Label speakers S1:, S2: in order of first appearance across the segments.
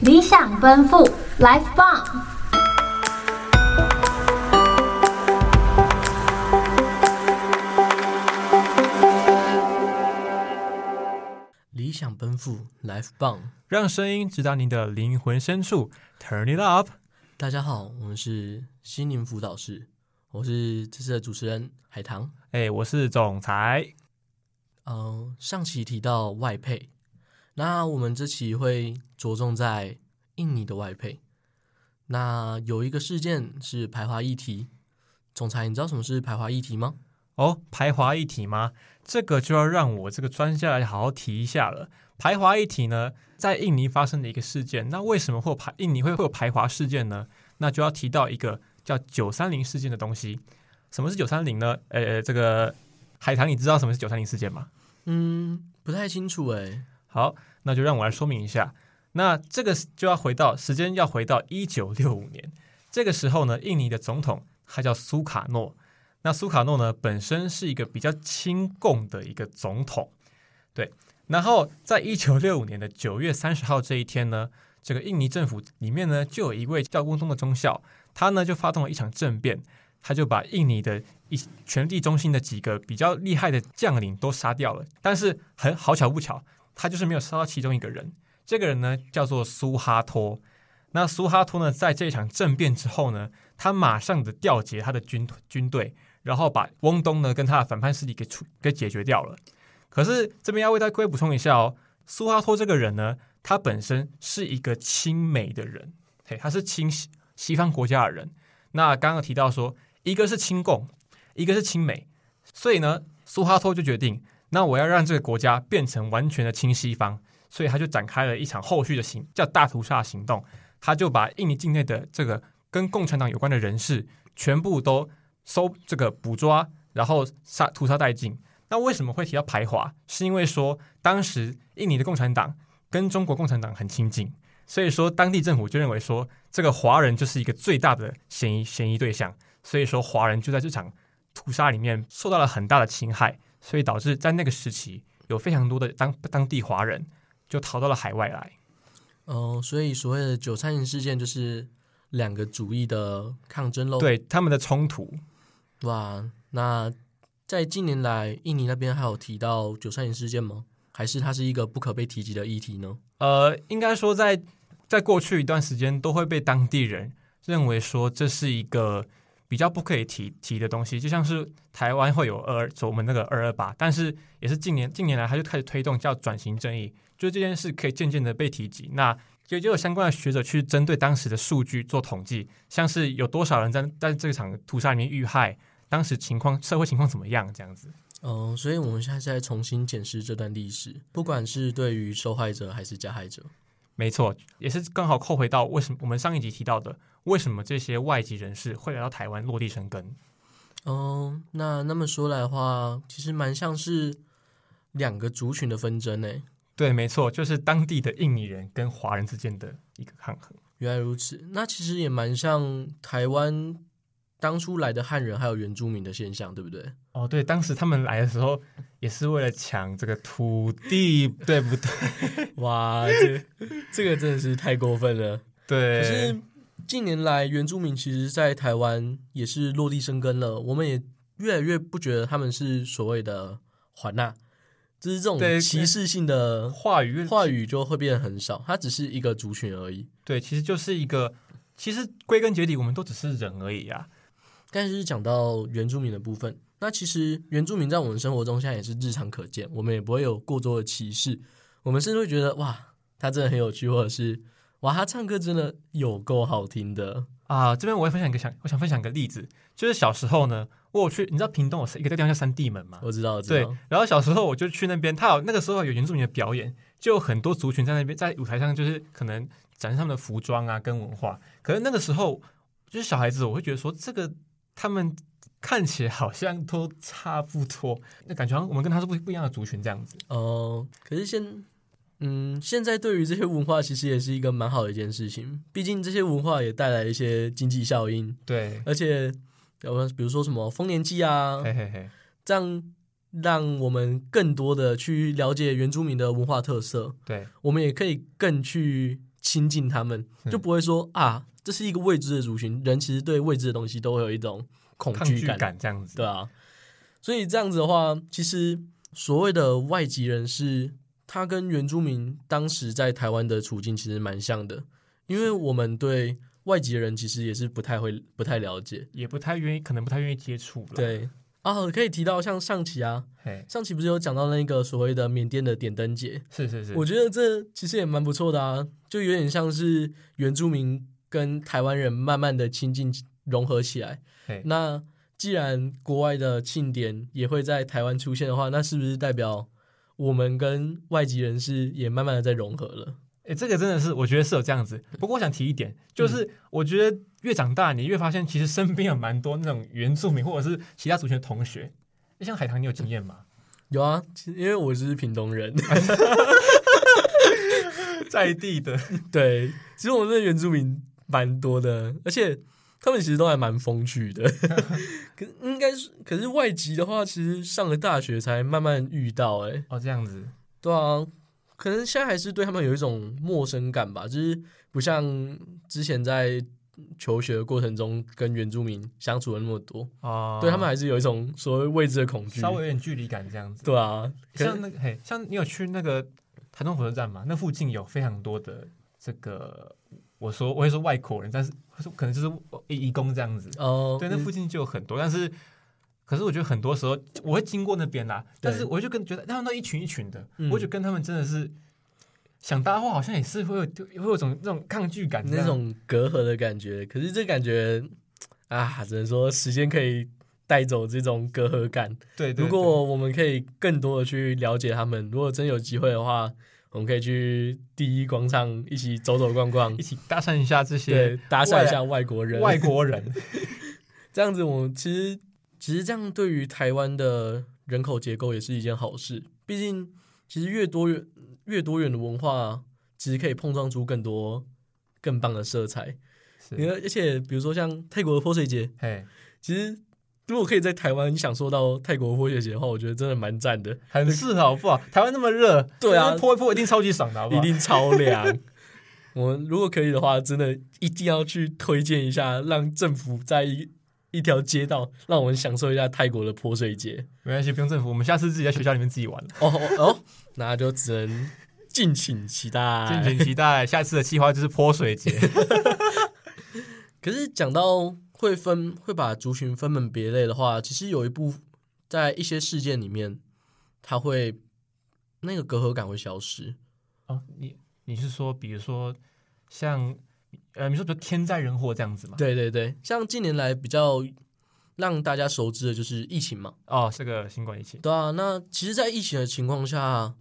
S1: 理想奔赴，Life 棒。
S2: 理想奔赴，Life 棒。
S3: 让声音直达你的灵魂深处，Turn it up！
S2: 大家好，我们是心灵辅导室，我是这次的主持人海棠。
S3: 哎、我是总裁，
S2: 嗯、上期提到外配，那我们这期会着重在印尼的外配。那有一个事件是排华议题，总裁，你知道什么是排华议题吗？
S3: 哦，排华一体吗？这个就要让我这个专家来好好提一下了。排华一体呢，在印尼发生的一个事件。那为什么会有排印尼会会有排华事件呢？那就要提到一个叫九三零事件的东西。什么是九三零呢？呃，呃这个海棠，你知道什么是九三零事件吗？
S2: 嗯，不太清楚欸诶、
S3: 好，那就让我来说明一下。那这个就要回到时间，要回到一九六五年。这个时候呢，印尼的总统他叫苏卡诺。那苏卡诺呢，本身是一个比较亲共的一个总统，对。然后在一九六五年的九月三十号这一天呢，这个印尼政府里面呢，就有一位教工中的中校，他呢就发动了一场政变，他就把印尼的一权力中心的几个比较厉害的将领都杀掉了。但是很好巧不巧，他就是没有杀到其中一个人。这个人呢叫做苏哈托。那苏哈托呢，在这场政变之后呢，他马上的调集他的军军队，然后把翁东呢跟他的反叛势力给处给解决掉了。可是这边要为大家补充一下哦，苏哈托这个人呢，他本身是一个亲美的人，嘿，他是亲西西方国家的人。那刚刚提到说，一个是亲共，一个是亲美，所以呢，苏哈托就决定，那我要让这个国家变成完全的亲西方，所以他就展开了一场后续的行叫大屠杀行动，他就把印尼境内的这个跟共产党有关的人士全部都搜这个捕抓，然后杀屠杀殆尽。那为什么会提到排华？是因为说当时印尼的共产党跟中国共产党很亲近，所以说当地政府就认为说这个华人就是一个最大的嫌疑嫌疑对象，所以说华人就在这场屠杀里面受到了很大的侵害，所以导致在那个时期有非常多的当当地华人就逃到了海外来。
S2: 哦、所以所谓的九三零事件就是两个主义的抗争喽。，
S3: 对他们的冲突，
S2: 哇，啊那在近年来，印尼那边还有提到九三零事件吗？还是它是一个不可被提及的议题呢？
S3: 呃，应该说在在过去一段时间都会被当地人认为说这是一个比较不可以提提的东西，就像是台湾会有二我们那个二二八，但是也是近年近年来他就开始推动叫转型正义，就是这件事可以渐渐的被提及。那就就有相关的学者去针对当时的数据做统计，像是有多少人在在这场屠杀里面遇害，当时情况社会情况怎么样这样子。
S2: 嗯、所以我们现在是在重新检视这段历史，不管是对于受害者还是加害者。
S3: 没错，也是刚好扣回到为什么我们上一集提到的，为什么这些外籍人士会来到台湾落地生根？
S2: 嗯、那那么说来的话，其实蛮像是两个族群的纷争欸呢。
S3: 对，没错，就是当地的印尼人跟华人之间的一个抗衡。
S2: 原来如此，那其实也蛮像台湾当初来的汉人还有原住民的现象，对不对？
S3: 哦，对，当时他们来的时候也是为了抢这个土地，对不对？
S2: 哇，这这个真的是太过分了。
S3: 对，
S2: 可是近年来，原住民其实，在台湾也是落地生根了。我们也越来越不觉得他们是所谓的环纳，就是这
S3: 对
S2: 种歧视性的
S3: 话语
S2: 话语就会变得很少。它只是一个族群而已。
S3: 对，其实就是一个，其实归根结底，我们都只是人而已啊。
S2: 但是讲到原住民的部分，那其实原住民在我们生活中现在也是日常可见，我们也不会有过多的歧视。我们甚至会觉得哇，他真的很有趣，或者是哇，他唱歌真的有够好听的。
S3: 啊、这边我也分享一个想，我想分享一个例子，就是小时候呢，我有去，你知道屏东有一个地方叫三地门吗？
S2: 我知道，我知
S3: 对
S2: 道。，
S3: 然后小时候我就去那边，他有那个时候有原住民的表演，就有很多族群在那边在舞台上，就是可能展示他们的服装啊跟文化。可是那个时候就是小孩子，我会觉得说这个他们看起来好像都差不多，那感觉好像我们跟他是不不一样的族群这样子。
S2: 哦、可是现，嗯，现在对于这些文化其实也是一个蛮好的一件事情，毕竟这些文化也带来一些经济效应，
S3: 对，
S2: 而且我们比如说什么丰年祭啊，
S3: 嘿嘿嘿，
S2: 这样让我们更多的去了解原住民的文化特色，
S3: 对
S2: 我们也可以更去亲近他们，就不会说啊，这是一个未知的族群，人其实对未知的东西都会有一种恐
S3: 抗
S2: 惧
S3: 拒
S2: 感，
S3: 感这样子。
S2: 对啊。所以这样子的话，其实所谓的外籍人士，他跟原住民当时在台湾的处境其实蛮像的，因为我们对外籍人其实也是不太会、不太了解。
S3: 也不太愿意，可能不太愿意接触了。，
S2: 对啊，可以提到像上期啊，
S3: 嘿，
S2: 上期不是有讲到那个所谓的缅甸的点灯节，
S3: 是是是，
S2: 我觉得这其实也蛮不错的啊，就有点像是原住民跟台湾人慢慢的亲近融合起来
S3: 嘿。
S2: 那既然国外的庆典也会在台湾出现的话，那是不是代表我们跟外籍人士也慢慢的在融合了？
S3: 哎，这个真的是，我觉得是有这样子。
S2: 嗯
S3: 不过我想提一点，就是我觉得越长大，你越发现其实身边有蛮多那种原住民或者是其他族群的同学。诶像海棠，你有经 验吗？
S2: 有啊，其实因为我是屏东人，
S3: 在地的，
S2: 对，其实我们这原住民蛮多的，而且他们其实都还蛮风趣的。可应该是，可是外籍的话，其实上了大学才慢慢遇到、欸，
S3: 哦，这样子，
S2: 对啊，可能现在还是对他们有一种陌生感吧，就是不像之前在求学的过程中跟原住民相处了那么多，
S3: 哦，
S2: 对他们还是有一种所谓未知的恐惧。
S3: 稍微有点距离感这样子。
S2: 对啊，可
S3: 像
S2: 是
S3: 那个，嘿，像你有去那个台中火车站吗？那附近有非常多的这个，我说我会说外国人，但是可能就是移工这样子。
S2: 哦，
S3: 对，那
S2: 嗯
S3: 附近就有很多，但是可是我觉得很多时候我会经过那边啦，但是
S2: 对
S3: 我就跟觉得他们都一群一群的，
S2: 嗯
S3: 我就跟他们真的是想搭话，好像也是会有会有种那种抗拒感这
S2: 那
S3: 样，
S2: 种隔阂的感觉，可是这感觉啊，只能说时间可以带走这种隔阂感。
S3: 对对
S2: 如果我们可以更多的去了解他们，如果真有机会的话，我们可以去第一广场一起走走逛逛
S3: 对一，起搭讪一下这
S2: 对
S3: 些，
S2: 搭讪一下外国人，
S3: 外国人，
S2: 这样子，我们其实其实这样对于台湾的人口结构也是一件好事。毕竟，其实越多元越多元的文化，其实可以碰撞出更多更棒的色彩。
S3: 是
S2: 你看，而且比如说像泰国的泼水节，
S3: 嘿，
S2: 其实如果可以在台湾享受到泰国的泼水节的话，我觉得真的蛮赞的，
S3: 很适合好不好？台湾那么热，
S2: 对啊
S3: 那泼一泼一定超级爽的，好不
S2: 一
S3: 好？
S2: 定超凉。 我们如果可以的话，真的一定要去推荐一下，让政府在一一条街道，让我们享受一下泰国的泼水节。
S3: 没关系，不用政府，我们下次自己在学校里面自己玩。
S2: 哦哦哦，那就只能敬请期待。
S3: 敬请期待下次的计划就是泼水节，
S2: 可是讲到会分会把族群分门别类的话，其实有一部在一些事件里面，它会那个隔阂感会消失。
S3: 哦，你你是说，比如说像呃，你说比如天灾人祸这样子吗？
S2: 对对对，像近年来比较让大家熟知的就是疫情嘛，
S3: 哦，这个新冠疫情，
S2: 对啊。那其实，在疫情的情况下，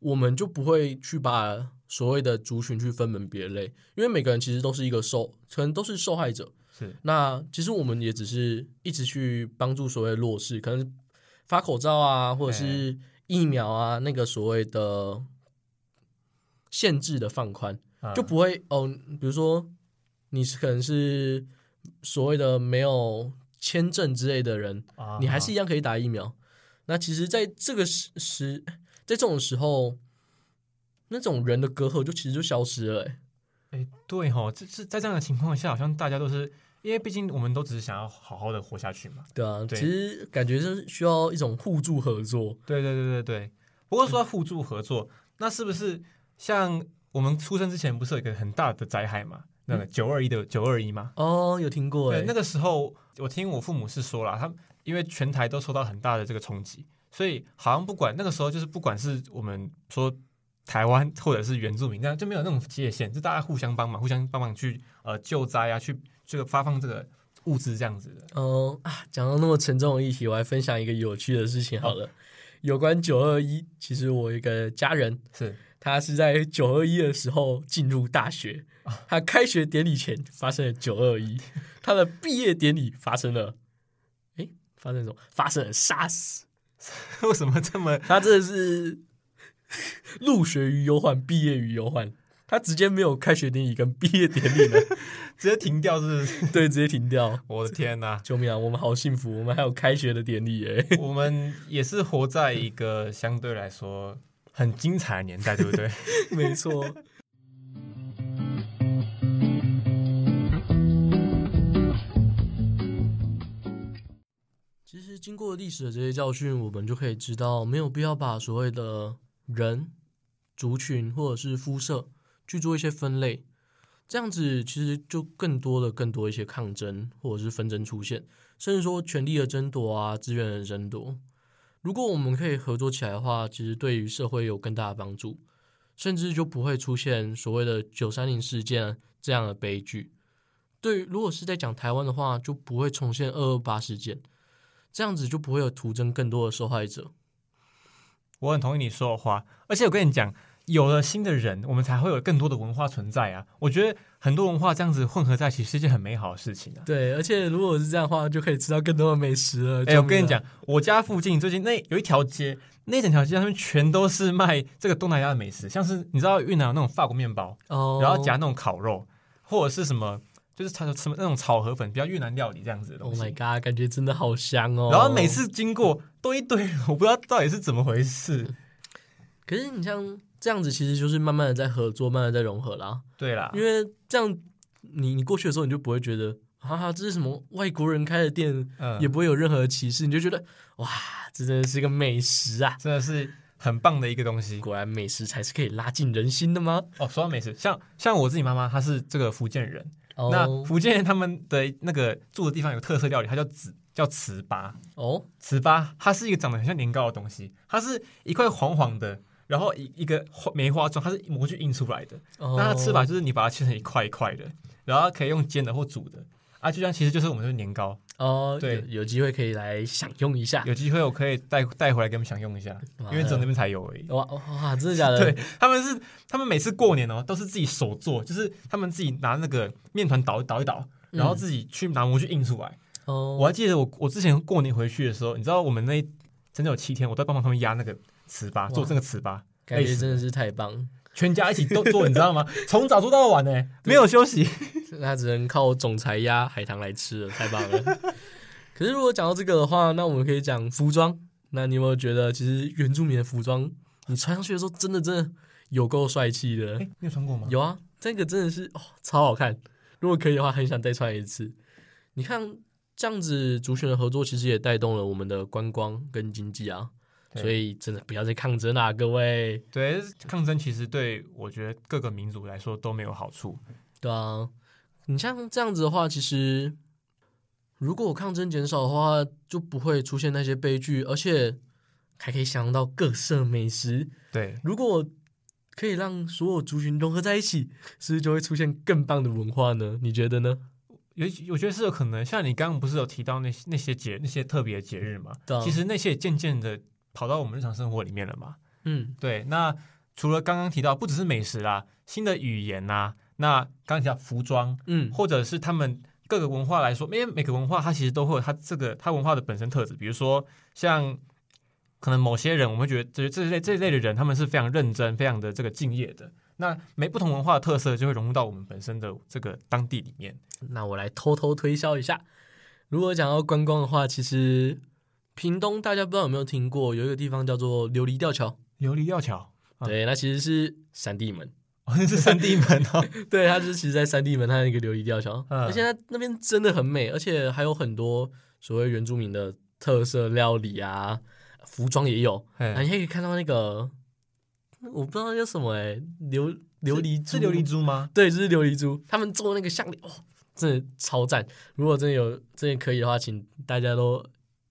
S2: 我们就不会去把所谓的族群去分门别类，因为每个人其实都是一个受，可能都是受害者。
S3: 是
S2: 那其实我们也只是一直去帮助所谓的弱势，可能发口罩啊，或者是疫苗啊，那个所谓的限制的放宽，
S3: 啊
S2: 就不会哦。比如说你是可能是所谓的没有签证之类的人，
S3: 啊
S2: 你还是一样可以打疫苗。那其实，在这个时时，在这种时候，那种人的隔阂就其实就消失了、欸。
S3: 哎，对哈、这是在这样的情况下，好像大家都是因为毕竟我们都只是想要好好的活下去嘛。
S2: 对啊，
S3: 对
S2: 其实感觉是需要一种互助合作。
S3: 对对对对对。不过说到互助合作，那是不是像我们出生之前不是有一个很大的灾害嘛？那个九二一的九二一嘛？
S2: 哦，有听过哎
S3: 对，，那个时候我听我父母是说了，他们因为全台都受到很大的这个冲击，所以好像不管那个时候就是不管是我们说台湾或者是原住民，那就没有那种界限，就大家互相帮忙，互相帮忙去呃救灾啊，去这个发放这个物资这样子的。
S2: 哦啊，讲到那么沉重的议题，我还分享一个有趣的事情好了。有关九二一，其实我有一个家人，
S3: 是
S2: 他是在九二一的时候进入大学，他开学典礼前发生了九二一，他的毕业典礼发生了，诶，发生了什么？发生了杀死。
S3: 为什么这么
S2: 他真的是入学于忧患，毕业于忧患。他直接没有开学典礼跟毕业典礼呢，
S3: 直接停掉？是不是？
S2: 对，直接停掉。
S3: 我的天哪、
S2: 救命啊！我们好幸福，我们还有开学的典礼耶。
S3: 我们也是活在一个相对来说很精彩的年代，对不对？
S2: 没错。是经过历史的这些教训，我们就可以知道，没有必要把所谓的人、族群或者是肤色去做一些分类。这样子其实就更多的、更多一些抗争或者是纷争出现，甚至说权力的争夺啊、资源的争夺。如果我们可以合作起来的话，其实对于社会有更大的帮助，甚至就不会出现所谓的九三零事件这样的悲剧。对于如果是在讲台湾的话，就不会重现二二八事件，这样子就不会有徒增更多的受害者。
S3: 我很同意你说的话，而且我跟你讲，有了新的人，我们才会有更多的文化存在啊！我觉得很多文化这样子混合在一起是一件很美好的事情啊！
S2: 对，而且如果是这样的话，就可以吃到更多的美食了。
S3: 哎、我跟你，讲，我家附近最近那有一条街，那整条街上面全都是卖这个东南亚的美食，像是你知道越南有那种法国面包，
S2: 哦，
S3: 然后夹那种烤肉，或者是什么，就是炒什么那种炒河粉，比较越南料理这样子的东
S2: ，Oh
S3: 西。
S2: my god，感觉真的好香哦。
S3: 然后每，次经过都一堆人，我不知道到底是怎么 回事。
S2: 可是你像这样子，其实就是慢慢的在合作，慢慢的在融合啦。
S3: 对啦，
S2: 因为这样，你你过去的时候，你就不会觉得，哈、哈，这是什么外国人开的店，
S3: 嗯，
S2: 也不会有任何的歧视，你就觉得，哇，这真的是个美食啊！
S3: 真的是很棒的一个东西。
S2: 果然美食才是可以拉近人心的吗？
S3: 哦，说到美食，像像我自己妈妈，她是这个福建人，那
S2: 哦
S3: 福建人他们的那个住的地方有特色料理，它叫糍叫糍粑，
S2: 哦，
S3: 糍粑它是一个长得很像年糕的东西，它是一块黄黄的，然后一一个花梅花状，它是模具印出来的。
S2: 哦
S3: 那它吃法
S2: 吧，
S3: 就是你把它切成一块一块的，然后可以用煎的或煮的啊，就像其实就是我们的年糕。
S2: 哦，
S3: 对
S2: 有有机会可以来享用一下。
S3: 有机会我可以带带回来给你们享用一下，因为只有那边才有而已。
S2: 哇哇，真的假的？
S3: 对，他们是他们每次过年哦，都是自己手做，就是他们自己拿那个面团捣捣一捣，然后自己去拿模具印出来。
S2: 哦，
S3: 我还记得我我之前过年回去的时候，你知道我们那一真的有七天，我都在帮忙他们压那个糍粑，做这个糍粑，
S2: 感
S3: 累
S2: 觉
S3: 死
S2: 真的是太棒，
S3: 全家一起都做，你知道 吗？从早做到晚呢、没有休息。
S2: 那只能靠总裁压海棠来吃了，太棒 了。可是如果讲到这个的话，那我们可以讲服装。那你有没有觉得，其实原住民的服装，你穿上去的时候，真的真的有够帅气的
S3: 哎、。你有穿过吗？
S2: 有啊，这个真的是哦，超好看。如果可以的话，很想再穿一次。你看这样子，族群的合作其实也带动了我们的观光跟经济啊。
S3: 对
S2: 所以真的不要再抗争啦、各位。
S3: 对，抗争其实对我觉得各个民族来说都没有好处。
S2: 对啊，你像这样子的话，其实如果抗争减少的话，就不会出现那些悲剧，而且还可以享用到各色美食。
S3: 对，
S2: 如果可以让所有族群融合在一起，是不是就会出现更棒的文化呢？你觉得呢？
S3: 有我觉得是有可能，像你刚刚不是有提到那些那些节那些特别的节日嘛？
S2: 对啊
S3: 其实那些也渐渐的跑到我们日常生活里面了嘛。
S2: 嗯，
S3: 对，那除了刚刚提到，不只是美食啦，新的语言呐、那刚刚提到服装，
S2: 嗯，
S3: 或者是他们各个文化来说，因为每个文化它其实都会有它这个它文化的本身特质，比如说像。可能某些人，我们会觉得这这类这类的人，他们是非常认真、非常的这个敬业的。那每不同文化的特色就会融入到我们本身的这个当地里面。
S2: 那我来偷偷推销一下。如果讲到观光的话，其实屏东大家不知道有没有听过，有一个地方叫做琉璃吊桥。
S3: 琉璃吊桥，啊
S2: 对，那其实是山地 门。
S3: 哦，那是三 D 门 哦。
S2: 对，它就是其实，在三地门它那个琉璃吊桥，
S3: 嗯
S2: 而且它那边真的很美，而且还有很多所谓原住民的特色料理啊，服装也有，
S3: 嘿
S2: 啊，你还可以看到那个我不知道叫什么哎、琉琉璃珠
S3: 是琉璃，珠吗？
S2: 对，就是琉璃珠，他们做那个项链，哦，真的超赞！如果真的有真的可以的话，请大家都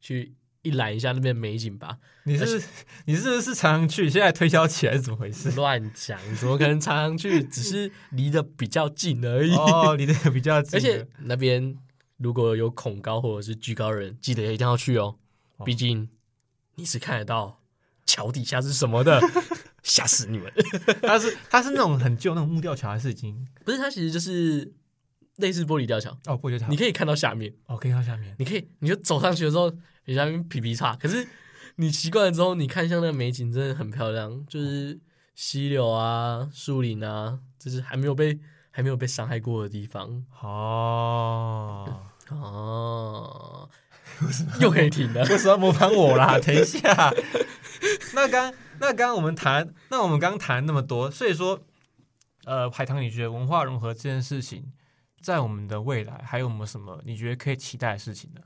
S2: 去一览一下那边的美景吧。
S3: 你是你是不是常常去？现在推销起来是怎么回事？
S2: 乱讲，怎么可能常常去？只是离得比较近而已。
S3: 哦，离得比较近的，
S2: 而且那边如果有恐高或者是居高人，记得一定要去哦，
S3: 哦
S2: 毕竟你是看得到桥底下是什么 的，吓死你们！
S3: 它是它是那种很旧那种木吊桥，还是已经
S2: 不是，它其实就是类似玻璃吊桥，
S3: 哦玻璃桥
S2: 你？可以看到下面，
S3: 哦，可以到下面。
S2: 你可以你就走上去的时候，人家那边皮皮叉，可是你习惯了之后，你看向那个美景真的很漂亮，就是溪流啊、树林啊，就是还没有被还没有被伤害过的地方
S3: 哦，
S2: 哦。又可以停了，
S3: 为什么要模仿我啦？等一下， 那刚那刚我们谈，那我们刚谈那么多，所以说，呃，海棠，你觉得文化融合这件事情，在我们的未来还有没有什么你觉得可以期待的事情呢？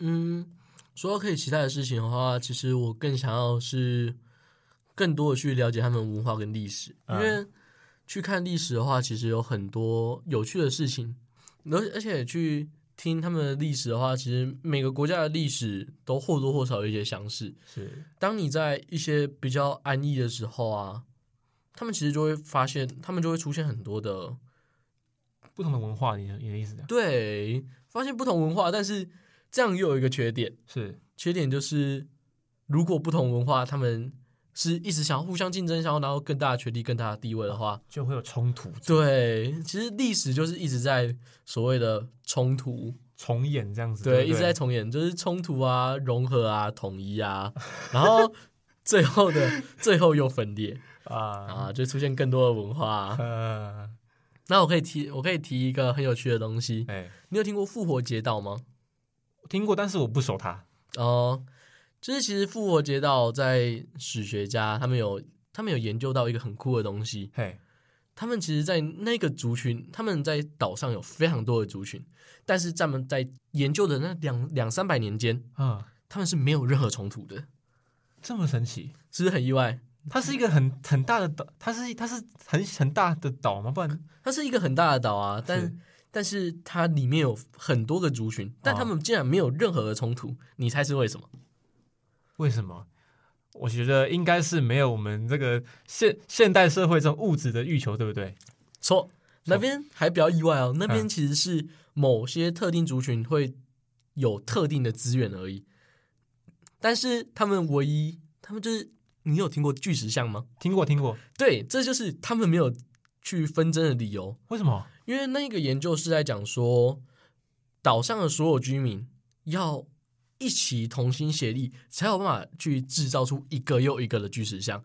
S2: 嗯，说到可以期待的事情的话，其实我更想要是更多的去了解他们文化跟历史，因
S3: 嗯
S2: 为去看历史的话，其实有很多有趣的事情，而而且去听他们的历史的话，其实每个国家的历史都或多或少有一些相似。
S3: 是
S2: 当你在一些比较安逸的时候啊，他们其实就会发现，他们就会出现很多的
S3: 不同的文化，你的你的意思
S2: 对，发现不同文化，但是这样又有一个缺点，
S3: 是
S2: 缺点就是如果不同文化他们是一直想要互相竞争，想要拿到更大的权利、更大的地位的话，
S3: 就会有冲突
S2: 对，其实历史就是一直在所谓的冲突，
S3: 重演这样子，
S2: 对，
S3: 不
S2: 一直在重演，就是冲突啊、融合啊、统一啊，然后最后的最后又分裂
S3: 啊
S2: 啊，就出现更多的文化、啊。
S3: 呃
S2: 那我可以提，我可以提一个很有趣的东西，
S3: 哎，
S2: 你有听过复活节岛吗？
S3: 听过，但是我不熟它
S2: 哦、就是其实复活节岛在史学家他们有他们有研究到一个很酷的东西，
S3: 嘿
S2: 他们其实，在那个族群，他们在岛上有非常多的族群，但是他们在研究的那两两三百年间，
S3: 啊，
S2: 他们是没有任何冲突的，
S3: 这么神奇，
S2: 是不是很意外？
S3: 它是一个很很大的岛，它是它是很很大的岛吗？不然
S2: 它是一个很大的岛啊，但
S3: 是
S2: 但是它里面有很多个族群，但他们竟然没有任何的冲突，你猜是为什么？
S3: 为什么？我觉得应该是没有我们这个现现代社会这种物质的欲求，对不对？
S2: 错，那边还比较意外哦。那边其实是某些特定族群会有特定的资源而已，但是他们唯一，他们就是你有听过巨石像吗？
S3: 听过听过，
S2: 对，这就是他们没有去纷争的理由，
S3: 为什么？
S2: 因为那个研究是在讲说，岛上的所有居民要一起同心协力，才有办法去制造出一个又一个的巨石像。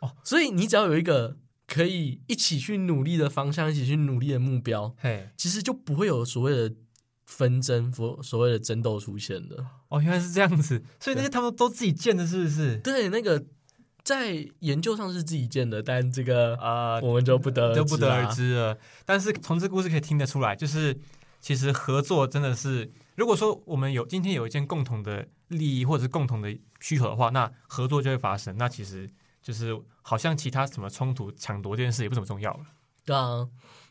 S3: 哦，
S2: 所以你只要有一个可以一起去努力的方向，一起去努力的目标，
S3: 嘿，
S2: 其实就不会有所谓的纷争、所所谓的争斗出现的。
S3: 哦，原来是这样子，所以那些他们都自己建的，是不是？
S2: 对，那个在研究上是自己建的，但这个呃
S3: 啊、
S2: 我们就不得
S3: 都不得
S2: 啊
S3: 而。知了。但是从这故事可以听得出来，就是其实合作真的是，如果说我们有今天有一件共同的利益或者是共同的需求的话，那合作就会发生。那其实就是好像其他什么冲突、抢夺这件事也不怎么重要了。
S2: 对啊，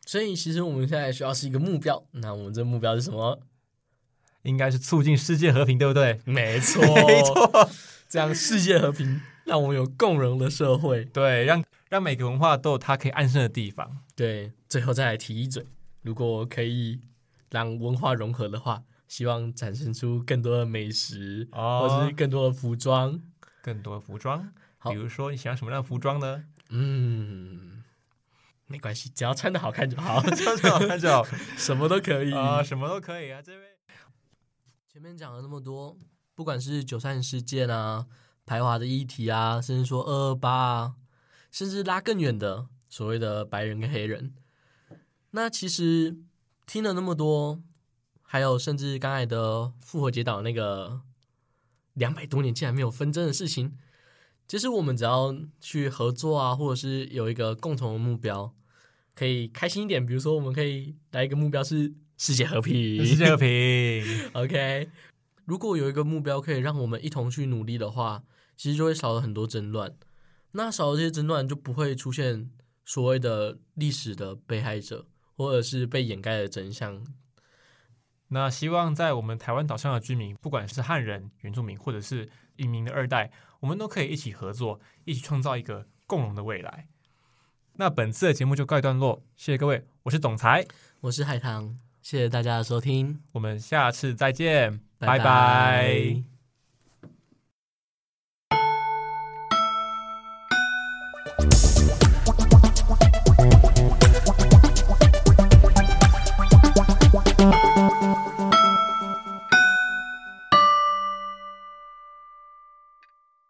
S2: 所以其实我们现在需要是一个目标。那我们这目标是什么？
S3: 应该是促进世界和平，对不 对？
S2: 没错，
S3: 没错，
S2: 这样世界和平，让我们有共荣的社会。
S3: 对，让让每个文化都有它可以安身的地方。
S2: 对，最后再来提一嘴，如果可以让文化融合的话，希望产生出更多的美食，
S3: 哦
S2: 或者是更多的服装。
S3: 更多服装，
S2: 好
S3: 哦比如说你喜欢什么样的服装 呢？
S2: 嗯，没关系，只要穿的好看就好，
S3: 穿着好看就好
S2: 什么都可以。
S3: 啊，什么都可以啊，这位。
S2: 前面讲了那么多，不管是九三事件啊、排华的议题啊，甚至说二二八啊，甚至拉更远的所谓的白人跟黑人，那其实听了那么多，还有甚至刚才的复活节岛那个两百多年竟然没有纷争的事情，其实我们只要去合作啊，或者是有一个共同的目标，可以开心一点。比如说，我们可以来一个目标是世界和平，
S3: 世界和平，
S2: OK，如果有一个目标可以让我们一同去努力的话，其实就会少了很多争乱。那少了这些争乱，就不会出现所谓的历史的被害者，或者是被掩盖的真相。
S3: 那希望在我们台湾岛上的居民，不管是汉人、原住民，或者是移民的二代，我们都可以一起合作，一起创造一个共荣的未来。那本次的节目就告一段落，谢谢各位，我是总裁，
S2: 我是海棠，谢谢大家的收听，
S3: 我们下次再见，
S2: 拜
S3: 拜拜